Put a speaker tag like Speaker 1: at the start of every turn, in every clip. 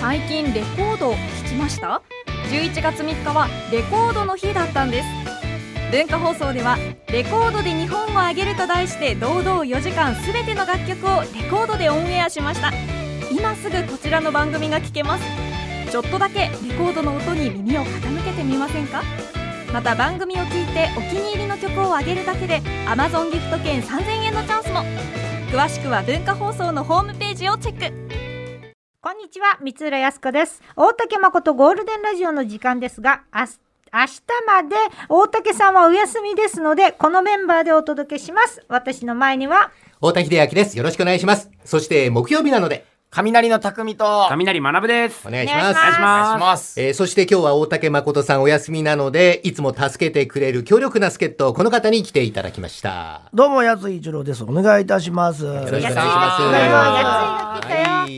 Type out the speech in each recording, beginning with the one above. Speaker 1: 最近レコードを聴きました11月3日はレコードの日だったんです文化放送では「レコードで日本をあげる」と題して堂々4時間全ての楽曲をレコードでオンエアしました今すぐこちらの番組が聴けますちょっとだけレコードの音に耳を傾けてみませんかまた番組を聞いてお気に入りの曲をあげるだけで Amazon ギフト券3000円のチャンスも詳しくは文化放送のホームページをチェック
Speaker 2: こんにちは、三浦靖子です。大竹誠ゴールデンラジオの時間ですが、明日明日まで大竹さんはお休みですので、このメンバーでお届けします。私の前には、
Speaker 3: 大田秀明です。よろしくお願いします。そして木曜日なので、
Speaker 4: 雷の匠と
Speaker 5: 雷学です。
Speaker 3: お願いします。
Speaker 2: お願いし
Speaker 4: お願いします。
Speaker 3: えーそして今日は大竹誠さんお休みなので、いつも助けてくれる強力な助っ人、この方に来ていただきました。
Speaker 6: どうも、やつい一郎です。お願いいたします。あ
Speaker 3: よ
Speaker 6: り
Speaker 3: ろしくお願いします。
Speaker 2: 安い安い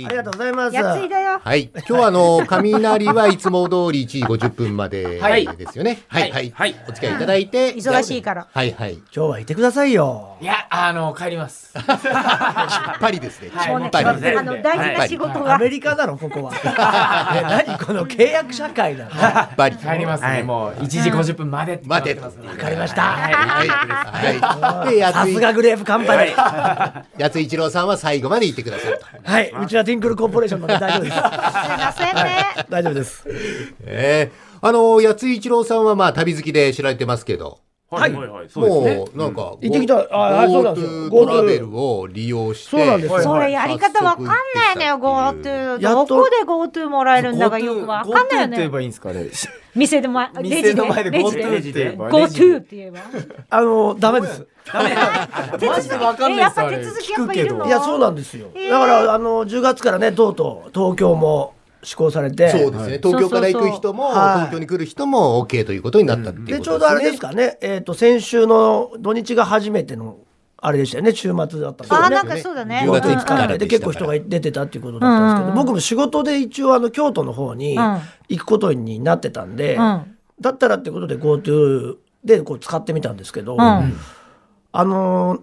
Speaker 3: は
Speaker 6: がとうございます。
Speaker 2: やついだよ。
Speaker 3: はい。今日はあの、雷はいつも通り1時50分まで
Speaker 4: はい
Speaker 3: ですよね。はい、はい、
Speaker 5: はい
Speaker 3: お付き合いいただいて。
Speaker 2: 忙しいから
Speaker 3: はい、はい。き
Speaker 6: 今日はいてくださいよ。
Speaker 4: いや、あの、帰ります。
Speaker 3: っぱりですね。きっ
Speaker 4: はい
Speaker 2: もうね、
Speaker 3: ぱ
Speaker 2: あ
Speaker 3: り。
Speaker 4: はい
Speaker 2: の、大事な仕事
Speaker 6: ア
Speaker 2: が。
Speaker 6: メリカだろ、ここは。ね何この契約社会なの。わ
Speaker 3: きっぱり。
Speaker 4: 帰りますね。もう、1時50分までって
Speaker 3: 待て
Speaker 4: 決
Speaker 3: と。
Speaker 4: まってますね
Speaker 6: かりました。
Speaker 3: はい。で、や
Speaker 6: さ
Speaker 3: つ
Speaker 6: す
Speaker 3: い、
Speaker 6: がグレープカンパニー。
Speaker 3: やつい一郎さんは最後までいてくださると。
Speaker 6: はい、うちはティンクルコーポレーションなので大丈夫です。
Speaker 2: すいませんね。
Speaker 6: 大丈夫です。
Speaker 3: ええあの、やつい一郎さんはまあ旅好きで知られてますけど、
Speaker 5: はいはいはい。そうですね
Speaker 3: も。うなんか、
Speaker 6: 行ってきたあはいそうなんですよ
Speaker 3: GoTo トラベルを利用して、
Speaker 6: そうなんですよ
Speaker 2: それやり方わかんないのよ、GoTo。どこで GoTo もらえるんだかよくわかんないよ
Speaker 4: GoTo って言え
Speaker 2: ね。
Speaker 4: ばいいんですかね。
Speaker 2: 店の前、レ
Speaker 4: 店
Speaker 2: ジで
Speaker 4: の前で。
Speaker 2: レジ
Speaker 4: GoTo って言えば。
Speaker 2: GoTo って言えば。
Speaker 6: あの、ダメです。
Speaker 4: マジでわかんない
Speaker 2: やっ
Speaker 4: です。
Speaker 2: ぱ
Speaker 4: あれ
Speaker 2: 手続きや
Speaker 4: 聞
Speaker 2: っ
Speaker 4: く
Speaker 2: ぱい
Speaker 4: け
Speaker 2: るの
Speaker 4: ど
Speaker 6: い。や、そうなんですよ。だから、あの、10月からね、とうとう東京も施行されて。
Speaker 3: そうですね。東京から行く人も、
Speaker 6: そうそうはい
Speaker 3: 東京に来る人も OK ということになったっていうことです、ね
Speaker 6: でちょうどあれですかね、えっ、と、先週の土日が初めての、あれでしたよね、週末だったんですよ
Speaker 2: あ、
Speaker 6: ね
Speaker 2: なんかそうだね。
Speaker 3: 10月
Speaker 2: うん
Speaker 3: 5日から
Speaker 6: で
Speaker 3: でし
Speaker 6: 結
Speaker 3: た
Speaker 6: 構
Speaker 3: から
Speaker 6: 人が出てたっていうことだったんですけど、
Speaker 2: うんうん
Speaker 6: 僕も仕事で一応あの京都の方に
Speaker 2: うん
Speaker 6: 行くことになってたんで、
Speaker 2: うん
Speaker 6: だったらってことで GoTo でこう使ってみたんですけど、
Speaker 2: うん
Speaker 6: あのー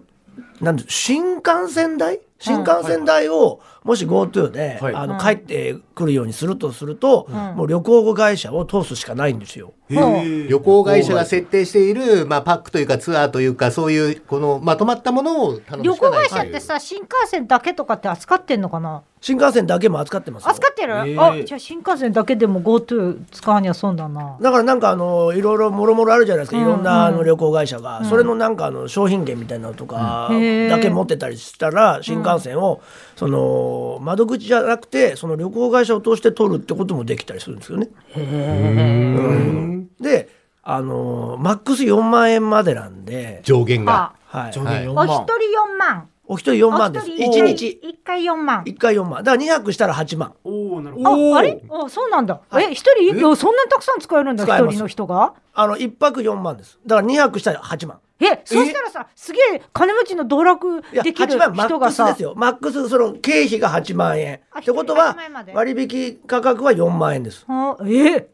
Speaker 6: なんで新幹線代新幹線代をもし GoTo で、
Speaker 4: はい
Speaker 6: あの帰ってくるようにするとすると、もう旅行会社を通すしかないんですよ。
Speaker 4: へえ
Speaker 3: 旅行会社が設定している、まあ、パックというかツアーというか、そういう、この、まとまったものを楽し
Speaker 2: 旅
Speaker 3: むしか
Speaker 2: 行
Speaker 3: な
Speaker 2: 会
Speaker 3: い
Speaker 2: 社ってさ、新幹線だけとかって扱ってんのかな
Speaker 6: 新幹線だけも扱ってますよ
Speaker 2: 扱ってる、
Speaker 4: えー
Speaker 2: あじゃあ新幹線だけでも GoTo 使わには損だな
Speaker 6: だからなんかあのいろいろもろもろあるじゃないですか、いろんなあ
Speaker 2: うんう
Speaker 6: の
Speaker 2: ん
Speaker 6: 旅行会社が、それのなんかあの商品券みたいなのとか
Speaker 2: うんへー
Speaker 6: だけ持ってたりしたら新幹線をその窓口じゃなくてその旅行会社を通して取るってこともできたりするんですよね。うんであのマックス4万円までなんで、
Speaker 3: 上限が
Speaker 2: あ。
Speaker 6: はい
Speaker 4: 上、
Speaker 3: はい
Speaker 4: 限4
Speaker 2: お
Speaker 4: 万。
Speaker 2: 一人4万
Speaker 6: お一人4
Speaker 2: お
Speaker 6: 万
Speaker 2: 一
Speaker 6: です
Speaker 2: 人
Speaker 6: 1日
Speaker 2: 1回4万
Speaker 6: 1回4万だから2泊したら8万
Speaker 5: おおなるほど。
Speaker 4: お
Speaker 2: あ
Speaker 4: ー
Speaker 2: あれあそうなんだ、
Speaker 6: はい
Speaker 2: え一人いやそんなにたくさん使えるんだ
Speaker 6: 使え
Speaker 2: 一
Speaker 6: ます
Speaker 2: 人の人が
Speaker 6: あの1泊4万ですだから2泊したら8万。
Speaker 2: えそしたらさすげえ金持ちの道楽
Speaker 6: いや
Speaker 2: できる
Speaker 6: 8万マ
Speaker 2: 人
Speaker 6: ッ
Speaker 2: が
Speaker 6: クス
Speaker 2: さ
Speaker 6: ですよマックスその経費が8万円
Speaker 2: あ
Speaker 6: ってこと
Speaker 2: 1人8
Speaker 6: は
Speaker 2: 万円まで
Speaker 6: 割引価格は4万円です
Speaker 2: あえ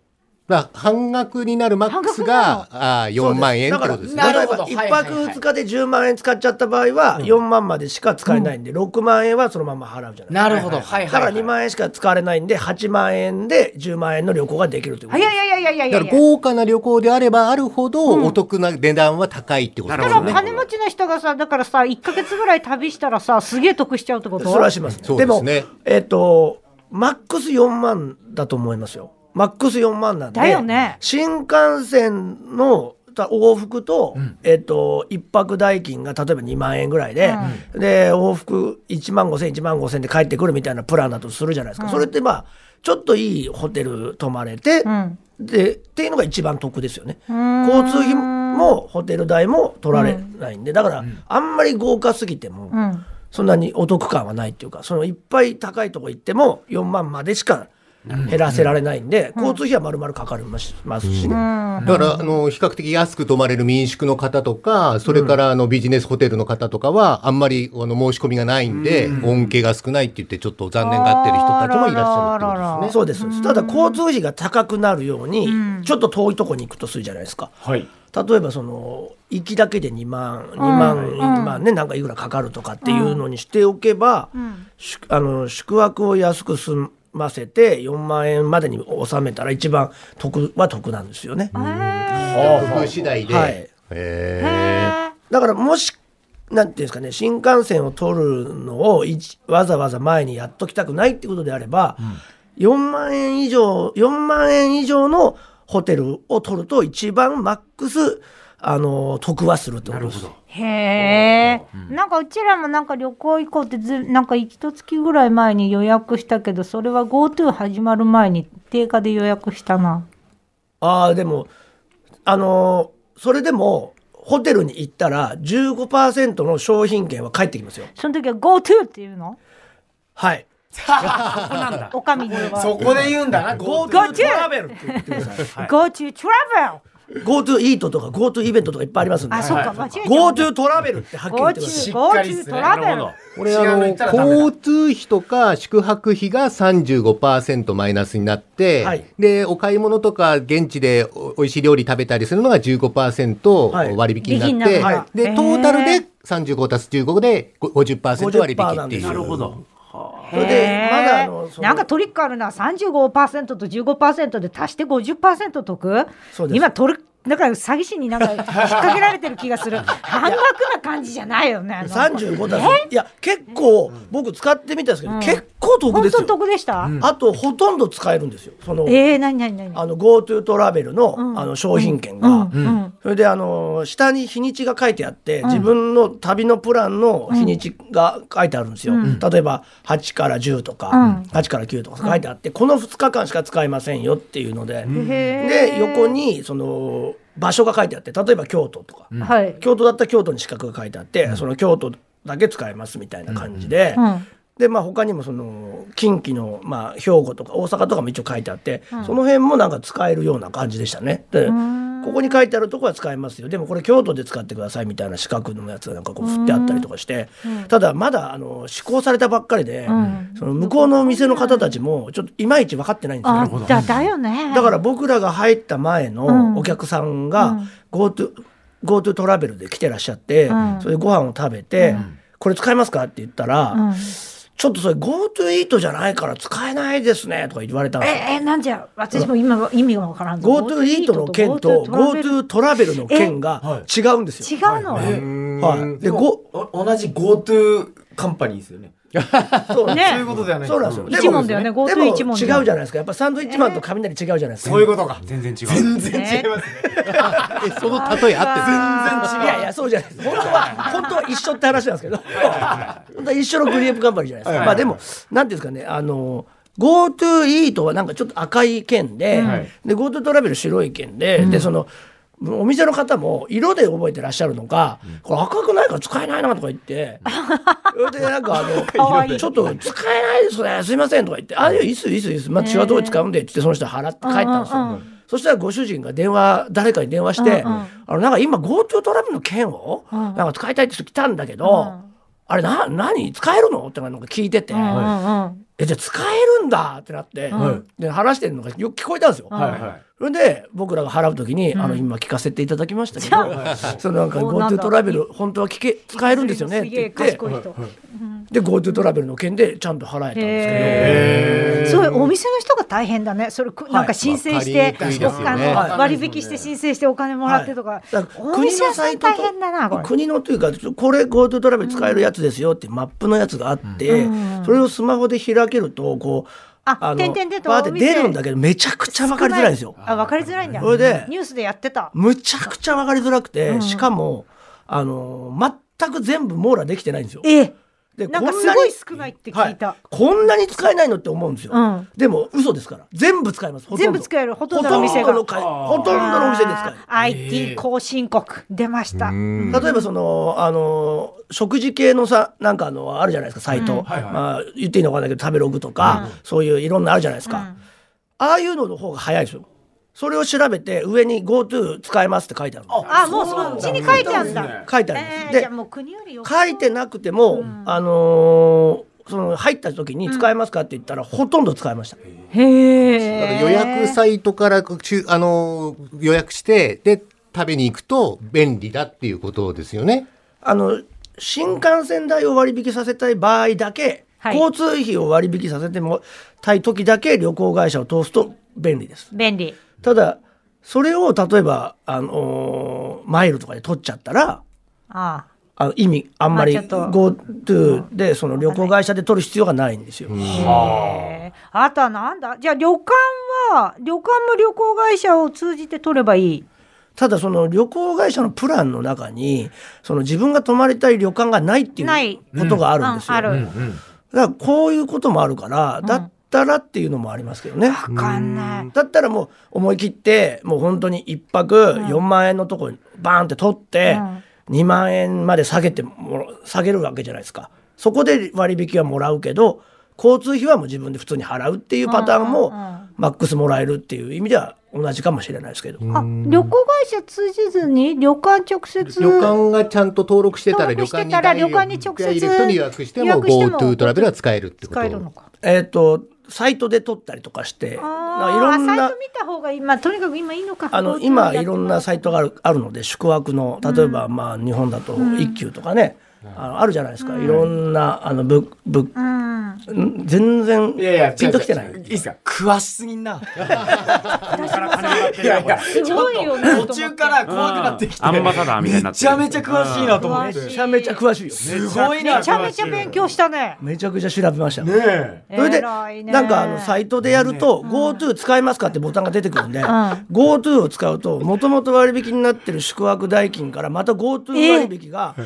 Speaker 3: まあ、半額になるマックスが、あー4万円
Speaker 6: だ
Speaker 3: って
Speaker 6: か
Speaker 3: こ
Speaker 6: ら
Speaker 3: とです
Speaker 6: 例え
Speaker 3: ね
Speaker 4: な。るほ
Speaker 6: ば
Speaker 4: ど
Speaker 6: 1
Speaker 4: はい
Speaker 6: 泊
Speaker 4: はいはい
Speaker 6: 2日で10万円使っちゃった場合は4万までしか使えないんで6万円はそのまま払うじゃない
Speaker 4: なるほど。はいはい。
Speaker 6: だから2万円しか使われないんで8万円で10万円の旅行ができるというこ
Speaker 2: あ
Speaker 6: と
Speaker 2: い
Speaker 6: で
Speaker 2: や
Speaker 6: す
Speaker 2: いやいやいやいやい
Speaker 3: だ
Speaker 2: や
Speaker 3: から豪華な旅行であればあるほど、お得な値段は高いってことです
Speaker 2: だ
Speaker 3: よ
Speaker 2: から
Speaker 3: ね。
Speaker 2: 金持ちの人がさだからさ1か月ぐらい旅したらさすげえ得しちゃうってこと
Speaker 6: それはします、
Speaker 3: そう
Speaker 6: で
Speaker 3: です
Speaker 6: も
Speaker 3: ね
Speaker 6: えっ、とマックス4万だと思いますよマックス4万なんで
Speaker 2: だよね
Speaker 6: 新幹線のた往復と、えっ、と一泊代金が例えば2万円ぐらいで、で往復1万5千1万5千で帰ってくるみたいなプランだとするじゃないですか、それってまあちょっといいホテル泊まれて、
Speaker 2: ん
Speaker 6: でっていうのが一番得ですよね
Speaker 2: ん
Speaker 6: 交通費もホテル代も取られないんでだから、あんまり豪華すぎても、
Speaker 2: うん
Speaker 6: そんなにお得感はないっていうかそのいっぱい高いとこ行っても4万までしか減らせられないんで、交通費はまるまるかかりますますしね、
Speaker 3: だから、あの、比較的安く泊まれる民宿の方とか、それから、あの、ビジネスホテルの方とかは、あんまり、あの、申し込みがないんで、恩恵が少ないって言って、ちょっと残念がってる人たちもいらっしゃるってことですね。
Speaker 6: そうですそうですただ交通費が高くなるように、ちょっと遠いとこに行くとするじゃないですか。
Speaker 4: はい。
Speaker 6: 例えばその行きだけで2万2万、1万ねなんかいくらかかるとかっていうのにしておけば、宿あの宿泊を安くすませて4万円までに収めたら一番得は得なんですよね。
Speaker 3: 工夫次第で。
Speaker 6: はい
Speaker 3: へえ。
Speaker 6: だからもしなんていうんですかね新幹線を取るのをいちわざわざ前にやっときたくないってことであれば、4万円以上4万円以上のホテルを取ると一番マックスあの得はするってことです。
Speaker 2: へえ、なんかうちらもなんか旅行行こうってずなんか一月ぐらい前に予約したけどそれは GoTo 始まる前に定価で予約したな
Speaker 6: ああでもあのーそれでもホテルに行ったら15%の商品券は返ってきますよ。
Speaker 2: その時は GoTo っていうの
Speaker 6: はい。
Speaker 2: おかみに
Speaker 4: そこで言うんだな GoTo トラベルって言ってください
Speaker 2: GoTo トラ
Speaker 6: GoTo イートとか GoTo イベントとかいっぱいありますんで。
Speaker 2: ベルあそっか間違えた
Speaker 6: GoTo トラベルってはっきり言ってます。
Speaker 4: しっかりっ
Speaker 2: GoTo
Speaker 4: す
Speaker 2: ト
Speaker 4: ね
Speaker 2: ラ
Speaker 5: な
Speaker 2: ベ
Speaker 5: るほ
Speaker 2: ル
Speaker 5: ど。
Speaker 3: これあの
Speaker 4: 違うの行ったらダメだ
Speaker 3: 交通費とか宿泊費が35%マイナスになって、
Speaker 6: はい
Speaker 3: でお買い物とか現地でおおいしい料理食べたりするのが
Speaker 6: はい
Speaker 3: 15%割引になって、
Speaker 2: 利金になるはい
Speaker 3: で
Speaker 2: へー
Speaker 3: トータルで35足す15でご50%割引っていう。
Speaker 6: 50%なんです
Speaker 5: ど。
Speaker 6: それでまだあのその
Speaker 2: なんかトリックあるな35%と15%で足して50%得
Speaker 6: そうです
Speaker 2: 今トリだから詐欺師になん か引っ掛けられてる気がする半額な感じじゃないよね
Speaker 6: 35だしいや結構僕使ってみたんですけど、結構得
Speaker 2: 本
Speaker 6: です
Speaker 2: 当
Speaker 6: よ
Speaker 2: に。得でした、
Speaker 6: あとほとんど使えるんですよ。その
Speaker 2: えー、何何何
Speaker 6: あの GoTo トラベルの,、あの商品券が、
Speaker 2: うん
Speaker 6: それであの下に日にちが書いてあって、自分の旅のプランの日にちが書いてあるんですよ、例えば8から10とか、8から9とか書いてあって、この2日間しか使えませんよっていうので、で横にその場所が書いてあって例えば京都とか、
Speaker 2: はい。
Speaker 6: 京都だったら京都に資格が書いてあって、その京都だけ使えますみたいな感じで、
Speaker 2: うん
Speaker 6: でまあ他にもその近畿の、まあ、兵庫とか大阪とかも一応書いてあって、その辺もなんか使えるような感じでしたね。でここに書いてあるとこは使えますよでもこれ京都で使ってくださいみたいな資格のやつがなんかこう振ってあったりとかして、ただまだあの施行されたばっかりで、その向こうのお店の方たちもちょっといまいち分かってないんですよ。
Speaker 2: あ、だだよね。
Speaker 6: だから僕らが入った前のお客さんが GoTo、GoTo トラベルで来てらっしゃって、
Speaker 2: ん
Speaker 6: それでご飯を食べて、これ使えますかって言ったら、
Speaker 2: うん
Speaker 6: ちょっとそれ GoTo イートじゃないから使えないですねとか言われたんですよ。
Speaker 2: ええなんじゃ私も今意味がわからん。
Speaker 6: GoTo イートの件と
Speaker 2: GoTo
Speaker 6: GoTo トラベルの件が違うんです
Speaker 2: 違
Speaker 6: よ。
Speaker 2: うの。
Speaker 6: はい、で
Speaker 4: で
Speaker 6: ご
Speaker 4: ごお同じ GoTo カンパニーですよね
Speaker 6: そうなんです
Speaker 4: そうい
Speaker 2: ね
Speaker 4: う。ことではない
Speaker 6: そうなんですよ。
Speaker 2: 一問だよね
Speaker 6: でも
Speaker 2: GoTo
Speaker 6: でも
Speaker 2: 一問
Speaker 6: 違うじゃないですか。やっぱサンドイッチマンと雷違うじゃないですか。
Speaker 4: そういうことか
Speaker 5: 全然違う。
Speaker 4: 全然違いますね
Speaker 3: えその例えあっ
Speaker 6: いやいやそうじゃないです本当は本当は一緒って話なんですけど本当は一緒のグレープカンパニーじゃないですかまあでもなんていうんですかねあの GoTo イートはなんかちょっと赤い券で,、
Speaker 4: はい
Speaker 6: で GoTo トラベル白い券で、でそのお店の方も色で覚えてらっしゃるのか、これ赤くないから使えないなとか言 って、それでなんかあのちょっと使えないですねすいませんとか言って「あいやいいっすいいっすいいっす、まあ、違うとこ使うんで」って言ってその人払って帰ったんですよ。そしたらご主人が電話誰かに電話して「あのなんか今 GoTo トラベルの券をなんか使いたいって人来たんだけど、あれな何使えるの?」ってなんか聞いてて「
Speaker 2: うんうん。
Speaker 6: えじゃあ使えるんだ」ってなって、
Speaker 4: ん
Speaker 6: で話してるのがよく聞こえたんですよ。
Speaker 4: はいはい
Speaker 6: それで僕らが払う時に、あの今聞かせていただきましたけど そのなんか
Speaker 2: そうなんだ
Speaker 6: GoTo トラベル本当は聞け使えるんですよねって
Speaker 2: げ
Speaker 6: 言
Speaker 2: え
Speaker 6: って
Speaker 2: 賢い人。
Speaker 6: で GoTo トラベルの件でちゃんと払えたんですけ
Speaker 2: へ
Speaker 6: ど。
Speaker 2: え。そうお店の人が大変だね。それくなんか申請して
Speaker 3: わかりにくいですよね
Speaker 2: おあ
Speaker 4: は
Speaker 2: の
Speaker 4: い
Speaker 2: 割引して申請してお金もらってとか。
Speaker 6: だから
Speaker 2: お店屋さん大変だなこれ。
Speaker 6: 国のというかこれ GoTo トラベル使えるやつですよってマップのやつがあって、それをスマホで開けるとこう
Speaker 2: あ
Speaker 6: の
Speaker 2: 点々でと
Speaker 6: バーって
Speaker 2: お店
Speaker 6: 出るんだけどめちゃくちゃ分かりづらいんですよ。
Speaker 2: あ分かりづらいんだ。
Speaker 6: それで
Speaker 2: ニュースでやってた。
Speaker 6: むちゃくちゃ分かりづらくて、しかもあの全く全部網羅できてないんですよ。
Speaker 2: ええ。
Speaker 6: で
Speaker 2: なんか
Speaker 6: こ
Speaker 2: すごい少ないって聞いた。
Speaker 6: こんなに使えないのって思うんですよ、
Speaker 2: うん
Speaker 6: でも嘘ですから全部使えますほとん
Speaker 2: 全
Speaker 6: ど
Speaker 2: 部使えるほとんどの店が
Speaker 6: ほとんどの会ほとんどのお店で使える
Speaker 2: あー IT 後進国出ました。
Speaker 6: 例えばそのあの食事系のさなんかあのあるじゃないですかサイト、
Speaker 4: はいはい
Speaker 6: まあ、言っていいのか分かんないけど食べログとか、そういういろんなあるじゃないですか、ああいうのの方が早いですよそれを調べて上に GoTo 使えますって書いてあるの
Speaker 2: あもうそっちに書いてあるんだ。
Speaker 6: 書いてあるんです、
Speaker 2: えー
Speaker 6: で
Speaker 2: じゃあもう国よりよ
Speaker 6: 書いてなくても、あのーその入った時に使えますかって言ったら、ほとんど使えました、
Speaker 2: へ
Speaker 3: てだから予約サイトからちゅあの予約してで食べに行くと便利だっていうことですよね。
Speaker 6: あの新幹線代を割引させたい場合だけ、
Speaker 2: はい
Speaker 6: 交通費を割引させてもたい時だけ旅行会社を通すと便利です。
Speaker 2: 便利。
Speaker 6: ただそれを例えば、あのーマイルとかで取っちゃったら
Speaker 2: あ
Speaker 6: あ意味あんまり
Speaker 2: まあちょっと
Speaker 6: GoTo でその旅行会社で取る必要がないんですよ。
Speaker 2: あ。へえあとはなんだじゃあ旅館は、旅館も旅行会社を通じて取ればいい。
Speaker 6: ただその旅行会社のプランの中にその自分が泊まりたい旅館がないってい
Speaker 2: ないう
Speaker 6: ことがあるんですよ。
Speaker 2: ある。
Speaker 6: だ
Speaker 2: わ
Speaker 6: からこういうこともあるから、だったらっていうのもありますけどね。
Speaker 2: かんない。
Speaker 6: だったらもう思い切ってもう本当に一泊4万円のとこにバーンって取って2万円まで下げてもら下げるわけじゃないですかそこで割引はもらうけど交通費はもう自分で普通に払うっていうパターンもマックスもらえるっていう意味では同じかもしれないですけど、
Speaker 2: あ、旅行会社通じずに旅館直接。
Speaker 3: 旅館がちゃんと登録してたら
Speaker 2: 登
Speaker 3: 旅
Speaker 2: 録して
Speaker 3: 館
Speaker 2: た
Speaker 3: に
Speaker 2: ら旅館に直接
Speaker 3: ダイレクトに予約して
Speaker 2: 予
Speaker 3: も
Speaker 2: 約しても
Speaker 3: GoTo トラベルは使えるってこと
Speaker 2: 使えるのか。
Speaker 6: えっ、とサイトで取ったりとかして
Speaker 2: あ
Speaker 6: い
Speaker 2: ー
Speaker 6: ろん
Speaker 2: サイ
Speaker 6: な
Speaker 2: ト見た方がいい。まあ、とにかく今いいのか。こ
Speaker 6: あの
Speaker 2: ううやっ
Speaker 6: 今
Speaker 2: て
Speaker 6: いろんなサイトがあるあるので宿泊の例えばまあ日本だと一休とかね、あのあるじゃないですか、いろんなあのぶぶ、
Speaker 2: うん。
Speaker 6: ん全然
Speaker 4: いやいや、
Speaker 6: ピンときてない
Speaker 4: 違う違ういいっすか食わしすぎんな。
Speaker 5: いやいや
Speaker 2: すごいよね。
Speaker 4: 途中から怖くなってきて。
Speaker 5: アンバサダーみたいになって
Speaker 4: めちゃ
Speaker 5: る
Speaker 4: めちゃ詳しいなと思っ
Speaker 2: 詳
Speaker 4: て。
Speaker 6: め
Speaker 2: し
Speaker 6: ちゃめちゃ詳しいよ
Speaker 4: すごいな。
Speaker 2: めちゃめちゃ勉強したね。
Speaker 6: めちゃくちゃ調べました、
Speaker 4: ねえ。
Speaker 6: それで
Speaker 2: 偉いね
Speaker 6: なんかあのサイトでやると GoTo 使えますかってボタンが出てくるんで、GoTo を使うともともと割引になってる宿泊代金からまた GoTo 割引が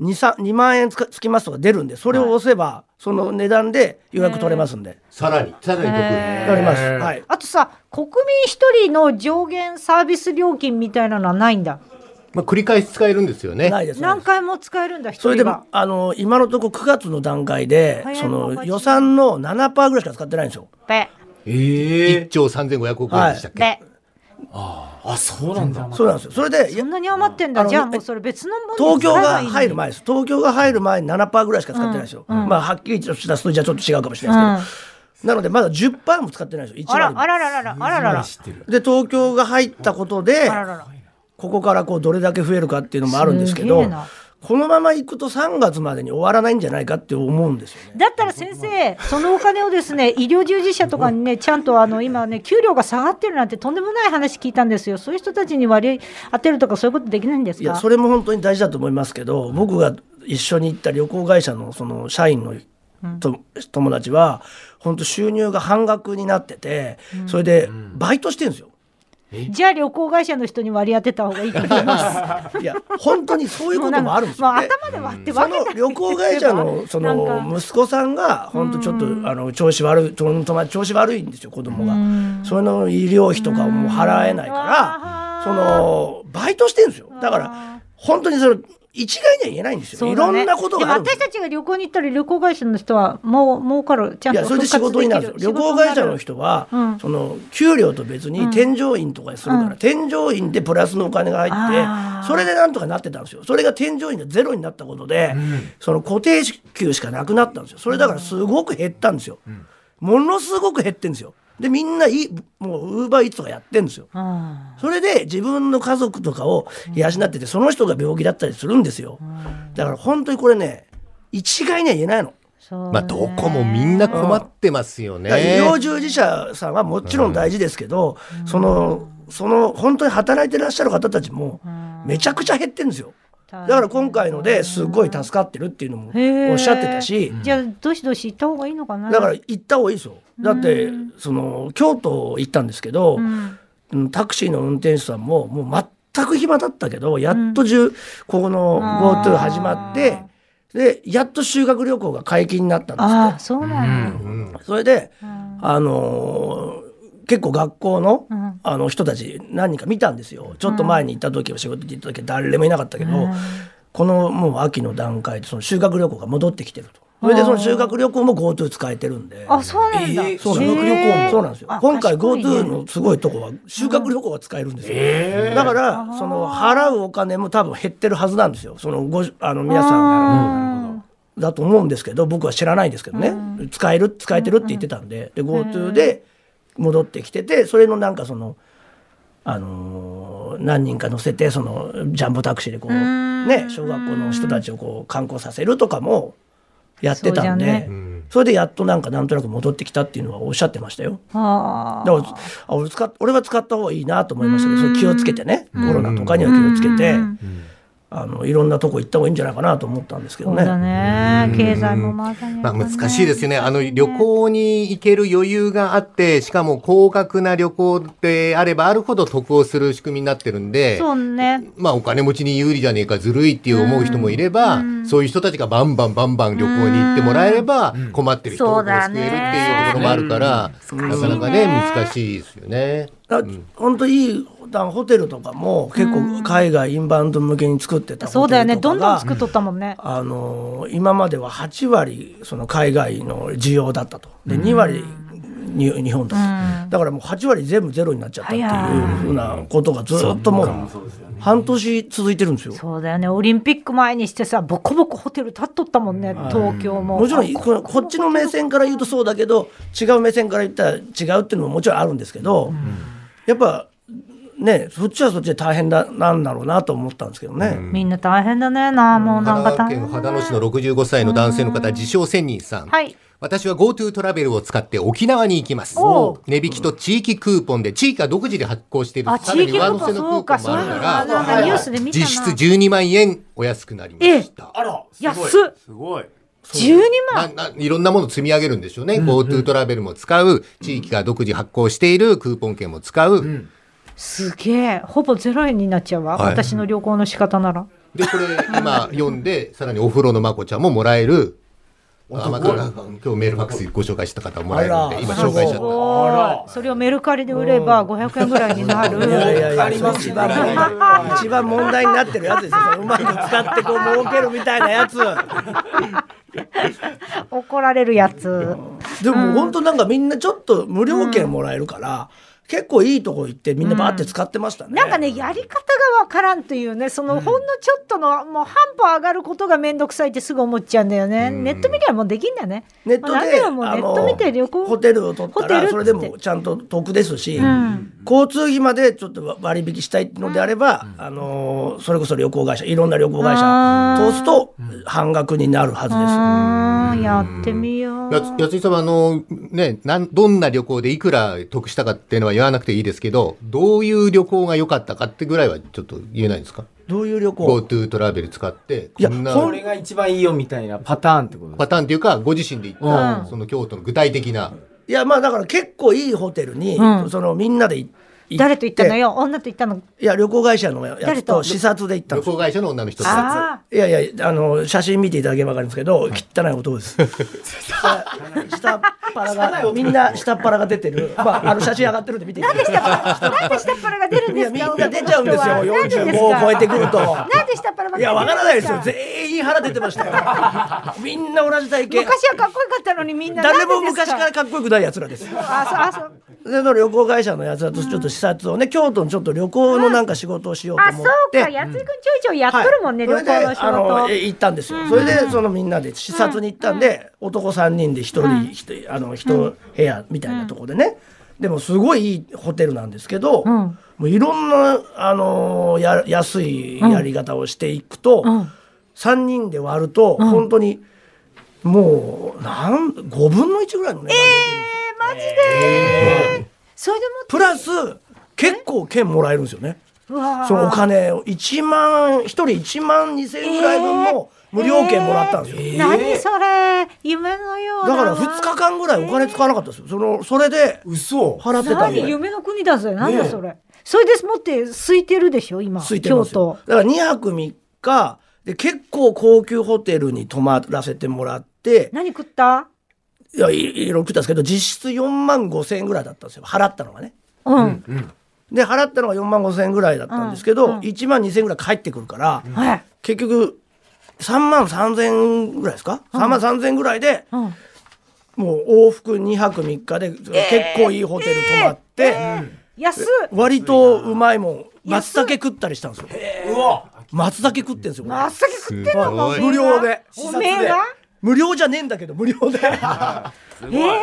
Speaker 6: 2, さ2万円つかつきますとか出るんでそれを押せばその値段で予約取れますんで
Speaker 3: さらにさらに得
Speaker 6: 取れます、はい、
Speaker 2: あとさ、国民一人の上限サービス料金みたいなのはないんだ。
Speaker 3: まあ繰り返し使えるんですよね
Speaker 6: ないです
Speaker 2: 何回も使えるんだ、一
Speaker 6: それで
Speaker 2: 人
Speaker 6: も
Speaker 2: が。
Speaker 6: あの今のところ9月の段階で
Speaker 2: 早いも
Speaker 6: そ
Speaker 2: ん
Speaker 6: の
Speaker 2: 勝ち
Speaker 6: 予算の7%ぐらいしか使ってないんですよ。
Speaker 2: べ、
Speaker 3: 1兆3500億円でしたっけ、
Speaker 2: べ。
Speaker 4: あ、そうなんだ。
Speaker 6: そうなんですよ。それでい
Speaker 2: そ
Speaker 6: や
Speaker 2: んなに余ってん
Speaker 6: あ
Speaker 2: だ。
Speaker 6: の
Speaker 2: じゃあもうそれ別のもの
Speaker 6: 東
Speaker 2: に
Speaker 6: 京
Speaker 2: 使えば
Speaker 6: が
Speaker 2: いいのに
Speaker 6: 入る前です。東京が入る前に7%ぐらいしか使ってないんですよ。まあはっきりとした数字はちょっと違うかもしれないですけど、なのでまだ10%も使ってないんですよ。1
Speaker 2: あら、あ
Speaker 6: 割
Speaker 2: らららら、あららら。
Speaker 4: 知ってる。
Speaker 6: で東京が入ったことで
Speaker 2: あららら。
Speaker 6: ここからこうどれだけ増えるかっていうのもあるんですけど
Speaker 2: すげえな
Speaker 6: このままいくと3月までに終わらないんじゃないかって思うんですよね。
Speaker 2: だったら先生、そのお金をですね、医療従事者とかにね、ちゃんとあの今ね、給料が下がってるなんてとんでもない話聞いたんですよ。そういう人たちに割り当てるとかそういうことできないんです
Speaker 6: いや
Speaker 2: か
Speaker 6: それも本当に大事だと思いますけど僕が一緒に行った旅行会社のその社員のと友達は本当収入が半額になっててそれでバイトしてるんですよ。
Speaker 2: じゃあ旅行会社の人に割り当てた方がいいと思います。
Speaker 6: いや本当にそういう こともあるんですよ。
Speaker 2: もう
Speaker 6: で
Speaker 2: 頭で割って
Speaker 6: そ
Speaker 2: 分け
Speaker 6: の
Speaker 2: た
Speaker 6: 旅行会 社のそ
Speaker 2: なん
Speaker 6: の息子さんが本当ちょっとあの調子悪いその友達調子悪いんですよ子供がそれの医療費とかをもう払えないからそのバイトしてるんですよだから本当にそれ一概には言えないんですよ、
Speaker 2: そう
Speaker 6: い
Speaker 2: だ
Speaker 6: ろ
Speaker 2: ね
Speaker 6: んなことがあるん
Speaker 2: で
Speaker 6: で
Speaker 2: も私
Speaker 6: す
Speaker 2: たちが旅行に行ったら旅行会社の人はもう儲かるちゃん
Speaker 6: い
Speaker 2: と
Speaker 6: やそれで仕
Speaker 2: 復活
Speaker 6: 事になるんですよ
Speaker 2: き
Speaker 6: 旅行会社の
Speaker 2: 仕事
Speaker 6: 人は、
Speaker 2: うん
Speaker 6: その給料と別に添乗員とかにするから、添乗員でプラスのお金が入
Speaker 2: あー
Speaker 6: ってそれでなんとかなってたんですよそれが添乗員がゼロになったことで、その固定支給しかなくなったんですよそれだからすごく減ったんですよ、ものすごく減ってんですよでみんないもうウーバーイーツとかやってんですよ
Speaker 2: になる
Speaker 6: それで自分の家族とかを養っててその人が病気だったりするんですよだから本当にこれね一概には言えないの。
Speaker 2: うん
Speaker 3: まあどこもみんな困ってますよね、
Speaker 6: だから医療従事者さんはもちろん大事ですけど、そのその本当に働いてらっしゃる方たちもめちゃくちゃ減ってるんですよ。だから今回のですごい助かってるっていうのも
Speaker 2: へー
Speaker 6: おっしゃってたし、
Speaker 2: じゃあどしどし行った方がいいのかな
Speaker 6: だから行った方がいいですよ。だってその京都行ったんですけど、うんタクシーの運転手さんももう全く暇だったけどやっとじゅうここの GoTo 始まって、でやっと修学旅行が解禁になったんですって。
Speaker 2: ああそうなんだ、
Speaker 6: それで、あのー結構学校の,、
Speaker 2: ん
Speaker 6: あの人たち何人か見たんですよちょっと前に行った時は仕事で行った時は誰もいなかったけど、このもう秋の段階でその修学旅行が戻ってきてるとそれでその修学旅行も GoTo 使えてるんで
Speaker 2: あそうなんだ、
Speaker 4: えー
Speaker 6: そうなん
Speaker 2: へ
Speaker 6: です
Speaker 2: ー
Speaker 6: そうなんですよ
Speaker 2: あ
Speaker 6: 今回
Speaker 2: 賢いね
Speaker 6: GoTo のすごいとこは修学旅行が使えるんですよ、だからその払うお金も多分減ってるはずなんですよそのごあの皆さんだと思うんですけど僕は知らないですけどね、使える使えてるって言ってたんでで GoTo で戻ってきててそれのなんかそのあのー何人か乗せてそのジャンボタクシーでこうね小学校の人たちをこう観光させるとかもやって
Speaker 2: そ
Speaker 6: たん
Speaker 2: うじゃ
Speaker 6: で
Speaker 2: ね
Speaker 6: それでやっとなんかなんとなく戻ってきたっていうのはおっしゃってましたよ。
Speaker 2: はあ
Speaker 6: だからあ俺使っ俺は使った方がいいなと思いましたけどそれ気をつけてねコロナとかには気をつけてあのいろんなとこ行った方がいいんじゃないかなと思ったんですけ
Speaker 2: そ
Speaker 6: ど
Speaker 2: う
Speaker 6: ね。
Speaker 2: だね。経済も回さない、
Speaker 3: まあ、難しいですよね。あの、旅行に行ける余裕があって、しかも高額な旅行であればあるほど得をする仕組みになってるんで、
Speaker 2: そうね。
Speaker 3: まあ、お金持ちに有利じゃねえかずるいっていう思う人もいれば、そういう人たちがバンバンバンバン旅行に行ってもらえれば、困ってる人を
Speaker 2: そ
Speaker 3: こ
Speaker 2: う
Speaker 3: う
Speaker 2: だ
Speaker 3: 救
Speaker 2: ね
Speaker 3: えるっていうところもあるから、
Speaker 2: ん
Speaker 3: なかなかね、難しいですよね。
Speaker 6: だ本当いいだホテルとかも結構海外インバウンド向けに作ってた
Speaker 2: そ
Speaker 6: ホ
Speaker 2: うだ
Speaker 6: テ
Speaker 2: よね。
Speaker 6: ル
Speaker 2: ど
Speaker 6: とか
Speaker 2: んどん
Speaker 6: が
Speaker 2: 作っとったもんね。
Speaker 6: あの今までは8割その海外の需要だったとで2割に日本だと、だからもう8割全部ゼロになっちゃったっていうふうなことがずっともう半年続いてるんですよ。
Speaker 2: そうだよね。オリンピック前にしてさ、ボコボコホテル立っとったもんね。東京も。
Speaker 6: もちろんこのこっちの目線から言うとそうだけど違う目線から言ったら違うっていうのももちろんあるんですけど、やっぱねそっちはそっちで大変だなんだろうなと思ったんですけどね。
Speaker 2: みんな大変だね。なあ、もうなんか
Speaker 3: 神奈川
Speaker 2: 大
Speaker 3: 県
Speaker 2: 変だね。
Speaker 3: 秦野市の65歳の男性の方、自称仙人さん。
Speaker 2: はい。
Speaker 3: 私は GoTo トラベルを使って沖縄に行きます
Speaker 2: おう。
Speaker 3: 値引きと地域クーポンで、地域が独自で発行している
Speaker 2: あ、
Speaker 3: さ
Speaker 2: 地
Speaker 3: らに
Speaker 2: 域
Speaker 3: 上
Speaker 2: の
Speaker 3: 乗
Speaker 2: こ
Speaker 3: せ
Speaker 2: と、
Speaker 3: のク
Speaker 2: そう
Speaker 3: ーポ
Speaker 2: か、そういう
Speaker 3: ンもある
Speaker 2: のが
Speaker 3: か
Speaker 2: なんかニュースで
Speaker 3: ら、
Speaker 2: 見たな。
Speaker 3: 実質12万円お安くなりました。
Speaker 4: あら
Speaker 2: 安っ
Speaker 5: すごい。
Speaker 2: 12万
Speaker 3: なないろんなもの積み上げるんでしょうね。GoTo トラベルも使う、地域が独自発行しているクーポン券も使う。
Speaker 2: すげえ。ほぼゼロ円になっちゃうわ。
Speaker 3: はい
Speaker 2: 私の旅行の仕方なら。
Speaker 3: で、これ今読んで、さらにお風呂のまこちゃんももらえる。あまた今日メールファックスご紹介した方もらえるん
Speaker 6: あら
Speaker 3: で、今紹介しちゃ
Speaker 2: す
Speaker 3: っ
Speaker 2: ごいそれをメルカリで売れば500円ぐらいに なる。
Speaker 6: いやいやいや
Speaker 4: あります
Speaker 6: 一
Speaker 4: よ
Speaker 6: 番問題一番問題になってるやつですよ。そのうまく使ってこう儲けるみたいなやつ。
Speaker 2: 怒られるやつ。
Speaker 6: でも本当なんかみんなちょっと無料券もらえるから、結構いいとこ行ってみんなバーって使ってましたね。
Speaker 2: なんかね、やり方がわからんというね、そのほんのちょっとの、もう半歩上がることがめんどくさいってすぐ思っちゃうんだよね。ネット見りゃもうできんだね。
Speaker 6: ネット
Speaker 2: まあなん
Speaker 6: で、
Speaker 2: かもうネット見て旅行。
Speaker 6: ホテルを取った
Speaker 2: ホテルっ
Speaker 6: ら
Speaker 2: て
Speaker 6: それでもちゃんと得ですし、交通費までちょっと割引したいのであれば、あのーそれこそ旅行会社いろんな旅行会
Speaker 2: あ
Speaker 6: 社
Speaker 2: ー
Speaker 6: 通すと半額になるはずです。
Speaker 2: あーやってみよう。
Speaker 3: やつ、やついさんはあの、ね、なん、どんな旅行でいくら得したかっていうのは言わなくていいですけど、どういう旅行が良かったかってぐらいはちょっと言えないんですか
Speaker 6: どういう旅行
Speaker 3: ?GoTo トラベル使って、
Speaker 6: いや
Speaker 3: こんな
Speaker 6: ほ
Speaker 4: これが一番いいよみたいなパターンってことです
Speaker 3: パターンっていうか、ご自身で行った、その京都の具体的な。
Speaker 6: いやまあだから結構いいホテルに、
Speaker 2: うん
Speaker 6: そのみんなで行って
Speaker 2: 誰と行ったのよ女と行ったの。
Speaker 6: いや旅行会社のや
Speaker 2: 誰
Speaker 6: つ
Speaker 2: と
Speaker 6: と視察で行ったん
Speaker 3: 旅
Speaker 6: ですよ
Speaker 3: 行会社の女の人と
Speaker 2: あ
Speaker 6: いやいやあの写真見ていただければ分かるんですけど、汚い男です 下下っ腹がみんな下っ腹が出てる、まあ、あの写真上がってるんで見ていただければ
Speaker 2: あ。なんで下っ腹が出るん
Speaker 6: い
Speaker 2: で
Speaker 6: や
Speaker 2: すか
Speaker 6: みんな出ちゃうんですよ
Speaker 2: 男の人は
Speaker 6: 45を超えてくると
Speaker 2: なんで下っ腹ばっかり出るんですか
Speaker 6: いや分からないですよ全員腹出て ましたよみんな同じ体型
Speaker 2: 昔はかっこよかったのにみんな。
Speaker 6: 誰も
Speaker 2: なんでです
Speaker 6: 昔からかっこよくないやつらです
Speaker 2: あ、そう、あ、そう。
Speaker 6: でその旅行会社のやつだとちょっと視察をね、京都のちょっと旅行のなんか仕事をしようと
Speaker 2: あ、
Speaker 6: 思
Speaker 2: そ
Speaker 6: っ
Speaker 2: う
Speaker 6: て、
Speaker 2: か。やついくんちょいちょいやっとるもんね、
Speaker 6: は
Speaker 2: 旅行
Speaker 6: い
Speaker 2: の仕
Speaker 6: それであの
Speaker 2: 事。
Speaker 6: え行ったんですよ、それでそのみんなで視察に行ったんで、男3人で1人一、あの一部屋みたいなとこでね、でもすごいいいホテルなんですけど、もういろんな、あのーや安いやり方をしていくと、3人で割ると、本当にもうなん5分の1ぐらいのね、
Speaker 2: マジでそれでも
Speaker 6: プラス結構券もらえるんですよね。
Speaker 2: うわー
Speaker 6: そのお金を1万1人1万2千円ぐらい分の無料券もらったんですよ、
Speaker 2: 何それ夢のような
Speaker 6: だから2日間ぐらいお金使わなかったですよそのそれで
Speaker 4: 嘘
Speaker 6: 払ってたん
Speaker 2: 何
Speaker 6: で
Speaker 2: 夢の国だぜなんだそれ、それですもって空いてるでしょ今
Speaker 6: ついてますよだから2泊3日で結構高級ホテルに泊まらせてもらって
Speaker 2: 何食った
Speaker 6: いやいいろいろ食ったんですけど実質4万5千円ぐらいだったんですよ払ったのがね
Speaker 2: うん、
Speaker 6: で払ったのが4万5千円ぐらいだったんですけど、1万2千円ぐらい返ってくるから、
Speaker 2: はい、
Speaker 6: 結局3万3千円ぐらいですか、3万3千円ぐらいで
Speaker 2: うん、
Speaker 6: もう往復2泊3日で結構いいホテル泊まって、
Speaker 2: 安っ
Speaker 6: 割とうまいもん松茸食ったりしたんですよ
Speaker 4: うわ
Speaker 6: 松茸食ってんですよ
Speaker 2: あっさり食ってんのかおめえが
Speaker 6: 無料で
Speaker 2: おめえが
Speaker 6: 無料じゃねえんだけど無料では
Speaker 5: すごい。
Speaker 2: え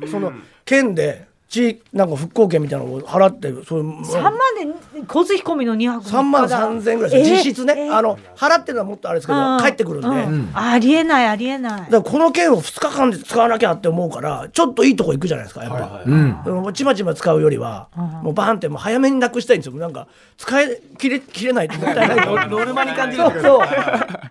Speaker 2: ー、
Speaker 6: いその県で地なんか復興券みたいなのを払ってそういう
Speaker 2: 3万で交通費込みの2泊
Speaker 6: 3万3千円ぐらいです、
Speaker 2: えー
Speaker 6: 実質ね、
Speaker 2: えー
Speaker 6: あの払ってるのはもっとあれですけど帰ってくるんで、
Speaker 2: うありえないありえない
Speaker 6: だからこの券を2日間で使わなきゃって思うからちょっといいとこ行くじゃないですかやっぱ、
Speaker 5: うん。
Speaker 6: うんちまちま使うよりは、もうバーンってもう早めになくしたいんですよなんか使い切れ切れないってもったい ない
Speaker 4: ノノルマに感じる
Speaker 6: そうそう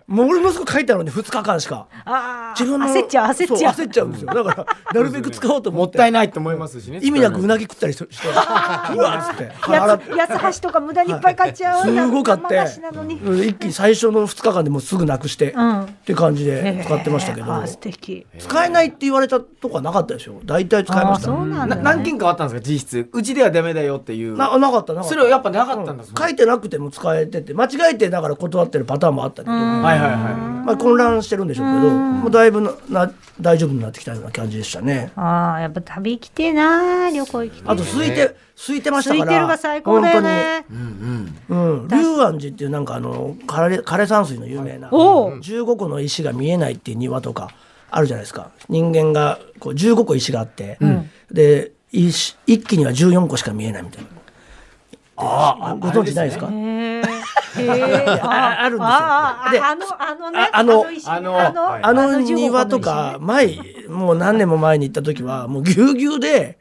Speaker 6: もう俺息子書いたのに2日間しか
Speaker 2: あー
Speaker 6: 自分の
Speaker 2: 焦っちゃう焦っちゃう
Speaker 6: そう焦っちゃうんですよだからなるべく使おうと思
Speaker 4: も
Speaker 6: っ
Speaker 4: ってたいないと思いますしね。
Speaker 6: 意味なくうなぎ食 ったりしてしてうわっつって
Speaker 2: や
Speaker 6: 払って
Speaker 2: つ八つ橋とか無駄にいっぱい買っちゃう
Speaker 6: すごかっ
Speaker 2: 生菓子
Speaker 6: て
Speaker 2: なのに、
Speaker 6: うん一気に最初の2日間でもうすぐなくして、
Speaker 2: ん
Speaker 6: って感じで使ってましたけ
Speaker 2: えー
Speaker 6: ど、
Speaker 2: あー素敵
Speaker 6: 使えないって言われたとかなかったでしょ大体使いました
Speaker 2: あーそうなんだ
Speaker 4: な何件かあったんですか実質。うちではダメだよっていう。
Speaker 6: ななかったなかった
Speaker 4: それはやっぱなかったんです
Speaker 6: 書いてなくても使えてて間違えてだから断ってるパターンもあったけど、ま
Speaker 4: はいはいは
Speaker 6: あ、混乱してるんでしょうけどもうだいぶなな大丈夫になってきたような感じでしたね
Speaker 2: ああやっぱ旅行きてえな旅行行きてえ
Speaker 6: あと空いて、空いてました
Speaker 2: 空
Speaker 6: か
Speaker 2: い
Speaker 6: ら
Speaker 2: てるが最高だよね
Speaker 6: 本当に、うん、龍安寺っていうなんかあの枯れ枯れ山水の有名な
Speaker 2: おう
Speaker 6: 15個の石が見えないっていう庭とかあるじゃないですか人間がこう15個石があって、で石一気には14個しか見えないみたいな。あご存知ないですか
Speaker 2: へえへえ
Speaker 6: ああるんですよ
Speaker 2: あー
Speaker 6: で
Speaker 2: ああのあのね
Speaker 6: ああの
Speaker 2: 石
Speaker 4: あのはい
Speaker 6: あの
Speaker 2: 15個
Speaker 6: 庭とか前もう何年も前に行った時はもうぎゅうぎゅうで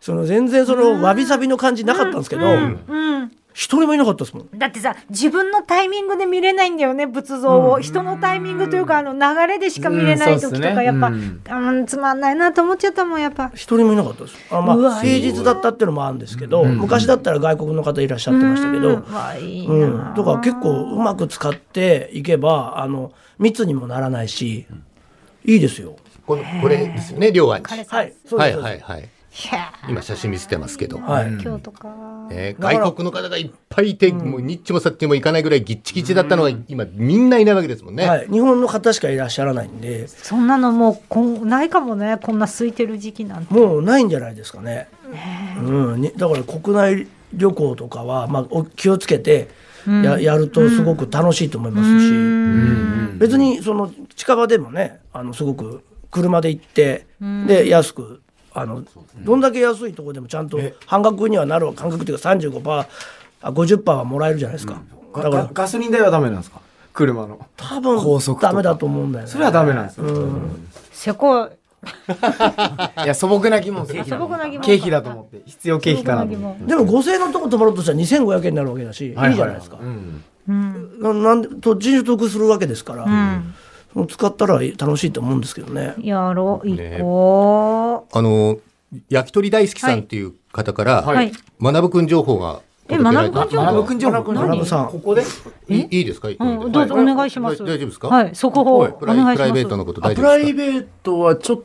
Speaker 6: その全然そのわびさびの感じなかったんですけど
Speaker 2: うん
Speaker 6: 一人もいなかったですもん。
Speaker 2: だってさ自分のタイミングで見れないんだよね仏像を、人のタイミングというかあの流れでしか見れない
Speaker 4: うんそ
Speaker 2: 時
Speaker 4: うっ
Speaker 2: と
Speaker 4: す
Speaker 2: か
Speaker 4: ね
Speaker 2: やっぱ、
Speaker 4: うん
Speaker 2: うんつまんないなと思っちゃったもんやっぱ
Speaker 6: 一人もいなかったです。あまあ
Speaker 2: うわ
Speaker 6: 誠実だったっていうのもあるんですけど、昔だったら外国の方いらっしゃってましたけど、
Speaker 2: うんわあいいな、
Speaker 6: うん、とか結構うまく使っていけばあの密にもならないし、いいですよ。
Speaker 3: このこれですよね両安寺
Speaker 6: はい、そう
Speaker 3: は
Speaker 6: で
Speaker 3: い
Speaker 6: す。
Speaker 3: はいはい
Speaker 2: いや
Speaker 3: 今写真見せてますけど、
Speaker 6: はい
Speaker 2: ー今日とか
Speaker 3: ね
Speaker 6: だから
Speaker 3: 外国の方がいっぱいいて、もうニッチもサッチもいかないぐらいギッチギチだったのが今みんないないわけですもんね、
Speaker 6: はい、日本の方しかいらっしゃらないんで、
Speaker 2: そんなのもうこんないかもねこんな空いてる時期なんて
Speaker 6: もうないんじゃないですかね。うん、にだから国内旅行とかは、まあ、お気をつけてや,、やるとすごく楽しいと思いますし、別にその近場でもねあのすごく車で行って、で安くあのどんだけ安いところでもちゃんと半額にはなるわ半額というか35%あ50%はもらえるじゃないですか、
Speaker 4: い。
Speaker 6: だか
Speaker 4: だかららガソリン代はダメなんですか車の。
Speaker 6: 多
Speaker 4: 高
Speaker 6: 分
Speaker 4: 速とか
Speaker 6: ダメだと思うんだよね
Speaker 4: それはダメなんですよ。
Speaker 2: せこい
Speaker 4: いや素朴な疑問です。
Speaker 2: 素朴な疑問か
Speaker 4: 経費だと思って必要経費かなと
Speaker 2: 素朴な疑
Speaker 4: 思って。
Speaker 2: 問
Speaker 6: でも5000円のとこ泊まろうとしたら2500円になるわけだし、いいじゃないですか、
Speaker 4: うん
Speaker 6: ななんで土地取得するわけですから、その使ったら楽しいと思うんですけどね。
Speaker 2: やろう行こ
Speaker 3: あの焼き鳥大好きさんっていう方から、
Speaker 2: う、はい
Speaker 3: 学ぶくん情報が
Speaker 2: え
Speaker 3: 届けられ
Speaker 2: 学ぶくん情報
Speaker 4: 学ぶくん情報。
Speaker 6: 学ぶさん
Speaker 4: ここで。
Speaker 3: いいいいですか、
Speaker 2: うん、どうぞ
Speaker 3: は
Speaker 2: お願いします
Speaker 3: 大大丈夫ですか、
Speaker 2: はい速報お願いし
Speaker 3: プ
Speaker 2: ま
Speaker 3: ラ
Speaker 2: す
Speaker 3: イプライベートのこと
Speaker 5: あ
Speaker 3: 大
Speaker 5: プ
Speaker 3: 丈
Speaker 5: ラ
Speaker 3: 夫で
Speaker 5: イ
Speaker 3: すか
Speaker 5: ベートはちょっ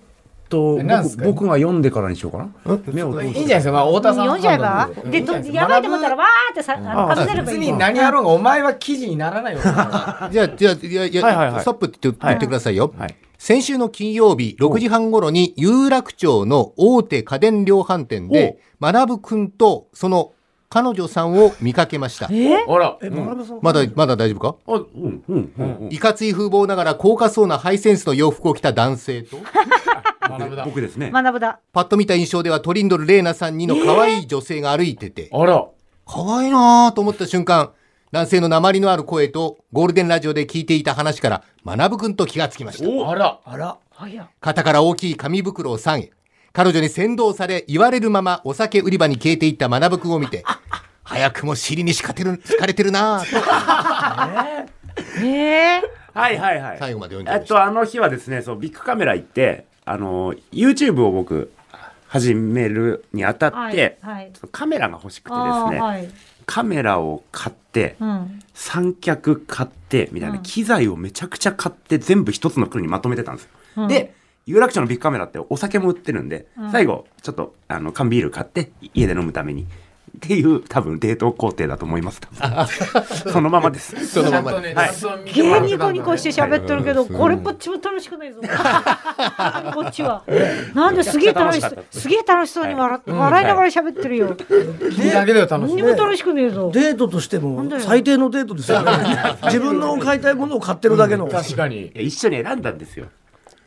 Speaker 5: と
Speaker 4: えなんす
Speaker 5: 僕
Speaker 4: か
Speaker 5: 僕が読んでからにしようかな。目を通
Speaker 4: いいんじゃ
Speaker 5: して。
Speaker 4: ないですか。まあ太田さんの
Speaker 2: 読んじゃえば
Speaker 4: 判断
Speaker 2: で
Speaker 4: いいんじゃな
Speaker 2: ど
Speaker 4: いですか
Speaker 2: やばいと思ったらわーってさあのかぶせればい
Speaker 4: 別
Speaker 2: い
Speaker 4: に何やろうがお前は記事になら ないよ。
Speaker 3: じゃあ、じゃあ、いやいや、
Speaker 5: はいはいはい
Speaker 3: ストップって言って言ってくださいよ。
Speaker 5: はい
Speaker 3: 先週の金曜日6時半頃に有楽町の大手家電量販店で、学ぶくんとその彼女さんを見かけました。
Speaker 5: あら。
Speaker 6: え、
Speaker 5: う
Speaker 6: 学
Speaker 5: ん
Speaker 6: ぶさん、
Speaker 3: まだ、まだ大丈夫か
Speaker 5: あ、うんうんうんうん。
Speaker 3: いかつい風貌ながら高価そうなハイセンスの洋服を着た男性と、
Speaker 5: 僕僕ですね。
Speaker 2: 学ぶだ
Speaker 3: パッと見た印象ではトリンドル・レーナさんにの可愛い女性が歩いてて、
Speaker 5: あら。
Speaker 3: 可愛いなぁと思った瞬間、男性の鉛のある声とゴールデンラジオで聞いていた話から、学ぶくんと気がつきました。
Speaker 5: おあら。
Speaker 6: あら、
Speaker 3: 肩から大きい紙袋を下げ、彼女に先導され、言われるままお酒売り場に消えていった学ぶくんを見て、早くも尻に敷かてる、敷かれてるなぁ
Speaker 2: えー、
Speaker 5: はいはいはい。
Speaker 3: 最後まで読んじゃい
Speaker 5: え
Speaker 3: ま
Speaker 5: っ
Speaker 3: した
Speaker 5: と、あの日はですね、そう、ビッグカメラ行って、あの、YouTube を僕、始めるにあたって、
Speaker 2: はいはい
Speaker 5: ちょっとカメラが欲しくて
Speaker 2: あ
Speaker 5: です
Speaker 2: ー
Speaker 5: ね、
Speaker 2: はい
Speaker 5: カメラを買って、
Speaker 2: うん
Speaker 5: 三脚買って、みたいな、機材をめちゃくちゃ買って、全部一つの袋にまとめてたんですよ。で、有楽町のビッグカメラってお酒も売ってるんで、最後、ちょっと、あの、缶ビール買って、家で飲むために。っていう、多分、冷凍工程だと思 います。そのままです。
Speaker 3: そのままで。
Speaker 4: ね
Speaker 5: はい
Speaker 2: ゲーニコニコして喋ってるけど、
Speaker 3: はいうん
Speaker 2: これっぽっちも楽しくないぞ。こ っちは。なんですげえ楽しそ
Speaker 5: めちゃくちゃ楽しかっ
Speaker 2: う、
Speaker 5: た
Speaker 2: すげえ楽しそうに笑って、笑いながら喋ってるよ。
Speaker 4: 君だけだよ楽し
Speaker 2: 何
Speaker 4: い
Speaker 2: に。も楽しくねえぞ。
Speaker 6: デートとしても
Speaker 2: んだよ
Speaker 6: 最低のデートですよね。自分の買いたいものを買ってるだけの。
Speaker 4: 確かに。
Speaker 5: いや一緒に選んだんですよ。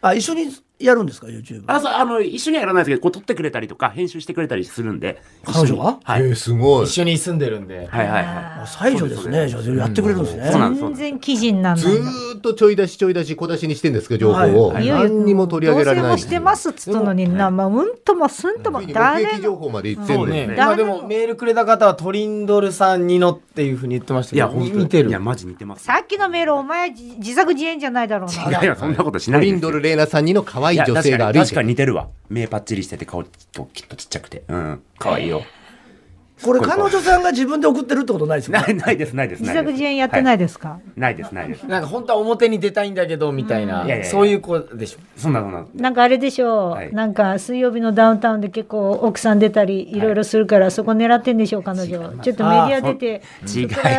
Speaker 6: あ、一緒にやるんですか YouTube
Speaker 5: あそうあの一緒にはやらないですけどこう撮ってくれたりとか編集してくれたりするんで一緒
Speaker 6: 彼
Speaker 5: に
Speaker 6: 女は
Speaker 5: はい、
Speaker 3: えーすごい
Speaker 4: 一緒に住んでるんで。
Speaker 5: はいはいは
Speaker 6: あ最初ですねじゃあやってくれるんですね、
Speaker 5: いそうなんですそ
Speaker 2: 全
Speaker 5: うなんです
Speaker 2: 然記事になら
Speaker 3: ず
Speaker 2: ないな。
Speaker 3: ーっとちょい出しちょい出し小出しにしてんですけど情報を、
Speaker 6: はい
Speaker 2: よいよ
Speaker 3: 何にも取り上げられない
Speaker 2: ど
Speaker 3: ん
Speaker 2: う
Speaker 3: です
Speaker 2: せ
Speaker 3: よ
Speaker 2: もしてますっつったのにな、まあ、うんともすんとも
Speaker 3: ついに目
Speaker 2: 誰
Speaker 3: 撃情
Speaker 2: も
Speaker 3: 報までいってん
Speaker 4: そ
Speaker 3: の
Speaker 4: うね。
Speaker 3: ね
Speaker 4: まあでもメールくれた方はトリンドルさんにのっていうふうに言ってまし
Speaker 5: いい
Speaker 4: たけ
Speaker 5: や
Speaker 4: ど、
Speaker 5: 本当に
Speaker 4: 見てる。
Speaker 5: いやマジ似てます
Speaker 2: さっきのメールお前自自作自演じゃないだろう
Speaker 5: い
Speaker 2: な。
Speaker 5: やいやそんなことしな
Speaker 3: ト
Speaker 5: いです
Speaker 3: リ
Speaker 5: よ
Speaker 3: ンドル・レイナさんにの可愛い
Speaker 5: いや
Speaker 3: 女性が歩いてる
Speaker 5: 確かに確かに似てるわ目パッチリしてて顔ときっとちっちゃくてうん可愛 いよ
Speaker 6: これ彼女さんが自分で送ってるってことないですよ
Speaker 5: な
Speaker 6: ね
Speaker 5: いないですないです
Speaker 2: 自
Speaker 5: ない
Speaker 2: 作
Speaker 5: です
Speaker 2: 自演やってない
Speaker 5: は
Speaker 2: ですか、
Speaker 5: いないですないです
Speaker 4: なんか本当は表に出たいんだけどみたい
Speaker 5: うん
Speaker 4: ない
Speaker 5: やいやい、や
Speaker 4: そういう子でしょ。
Speaker 5: そんなそんな
Speaker 2: なんかあれでしょう、
Speaker 5: はい
Speaker 2: なんか水曜日のダウンタウンで結構奥さん出たりいろいろするから、そこ狙ってんでしょう彼女ちょっとメディア出て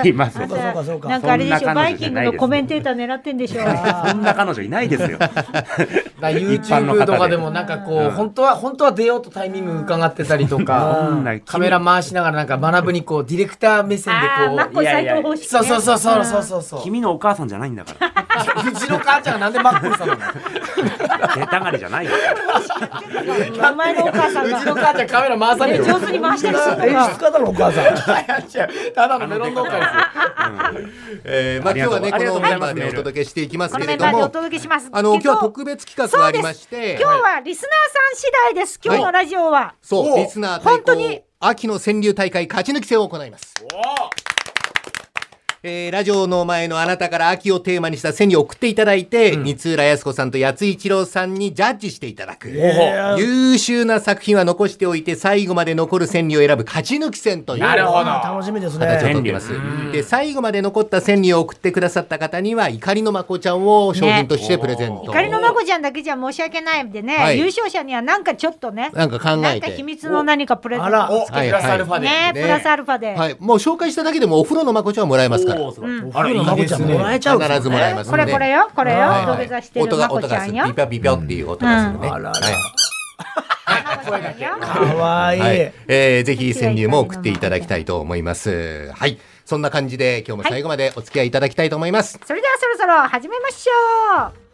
Speaker 5: 違います
Speaker 2: あと
Speaker 6: そうかそうか
Speaker 2: なんかあれでし
Speaker 5: そ
Speaker 2: ょ
Speaker 5: んな
Speaker 2: バ
Speaker 5: 彼
Speaker 2: イキ
Speaker 5: 女じゃ
Speaker 2: ング
Speaker 5: ないで
Speaker 2: の
Speaker 5: す
Speaker 2: コメンテーター狙ってんでしょう
Speaker 5: そんな彼女いないですよ
Speaker 4: だから
Speaker 5: 一般の方
Speaker 4: YouTube
Speaker 5: で
Speaker 4: とかでもなんかこう、本当は本当は出ようとタイミング伺ってたりと
Speaker 5: そ
Speaker 4: か
Speaker 5: んな
Speaker 4: カメラ回しながらなんか学ぶにこうディレクター目線
Speaker 2: ああ
Speaker 4: で
Speaker 2: マ
Speaker 4: こ
Speaker 2: ッコ
Speaker 4: う
Speaker 2: イ斎藤方式、ね、
Speaker 4: そうそうそうそうそうそうそう
Speaker 5: 君のお母さんじゃないんだから
Speaker 4: うちの母ちゃんがなんでマッコイさんなの
Speaker 5: 出たがりじゃないよ
Speaker 2: お前のお母さん
Speaker 4: うちの
Speaker 2: が
Speaker 4: 母ちゃんカメラ回さねえ
Speaker 2: え
Speaker 4: よ
Speaker 2: 上手に回してるし
Speaker 6: 演出家だろお母さん
Speaker 4: ただのメロン農家ですよ
Speaker 3: えーまあ、
Speaker 5: あり
Speaker 3: 今
Speaker 5: が
Speaker 3: 日
Speaker 5: と
Speaker 3: はねこ
Speaker 5: う
Speaker 3: のメンバー
Speaker 5: ありがとうございます
Speaker 3: でお届けしていきます
Speaker 2: こ
Speaker 3: け
Speaker 2: のメ
Speaker 3: れ
Speaker 2: ンバ
Speaker 3: ど
Speaker 2: ーでお
Speaker 3: も
Speaker 2: 届けします
Speaker 3: あの
Speaker 2: けど
Speaker 3: 今日特別企画がありまして
Speaker 2: 今日はリスナーさん次第です今日のラジオは、
Speaker 3: そう
Speaker 4: お
Speaker 3: リスナー対
Speaker 2: 本当に
Speaker 3: 抗秋の川柳大会勝ち抜き戦を行いますえーラジオの前のあなたから秋をテーマにした川柳を送っていただいて、三浦靖子さんと八津一郎さんにジャッジしていただく、
Speaker 6: えー
Speaker 3: 優秀な作品は残しておいて最後まで残る川柳を選ぶ勝ち抜き戦という
Speaker 4: なるほど
Speaker 6: 楽しみです
Speaker 3: 形を
Speaker 6: ね
Speaker 3: とってます、で最後まで残った川柳を送ってくださった方には怒りのまこちゃんを商品としてプレゼント、
Speaker 2: 怒りのまこちゃんだけじゃ申し訳ないんでね、
Speaker 3: はい
Speaker 2: 優勝者にはなんかちょっとね
Speaker 3: なんか考
Speaker 2: なん
Speaker 3: え
Speaker 2: か秘
Speaker 3: て
Speaker 2: 密の何かプレゼン
Speaker 6: あ
Speaker 2: ト
Speaker 6: ら
Speaker 4: お
Speaker 3: はい
Speaker 4: プラスアルファで、
Speaker 2: ねプラスアルファで、
Speaker 3: はい、もう紹介しただけでもお風呂のまこちゃんはもらえますから
Speaker 5: おーすごい
Speaker 6: あらいいですねもらえちゃう
Speaker 3: 必ずもらえます
Speaker 2: こ
Speaker 3: ので
Speaker 2: れこれよこれよ、
Speaker 3: は
Speaker 2: 土下
Speaker 3: い
Speaker 2: 座してる
Speaker 3: 音
Speaker 2: ま
Speaker 3: が
Speaker 2: こ
Speaker 3: 音
Speaker 2: ちゃ
Speaker 3: が
Speaker 2: ん
Speaker 3: する
Speaker 2: よ
Speaker 3: ピパピパっていう音がするね、
Speaker 6: うんあらら
Speaker 3: はい
Speaker 2: まこちゃんよ
Speaker 6: かわいい、
Speaker 3: はい、えーぜひ川柳も送っていただきたいと思います。はい、そんな感じで今日も最後までお付き合いいただきたいと思います。
Speaker 2: それではそろそろ始めましょう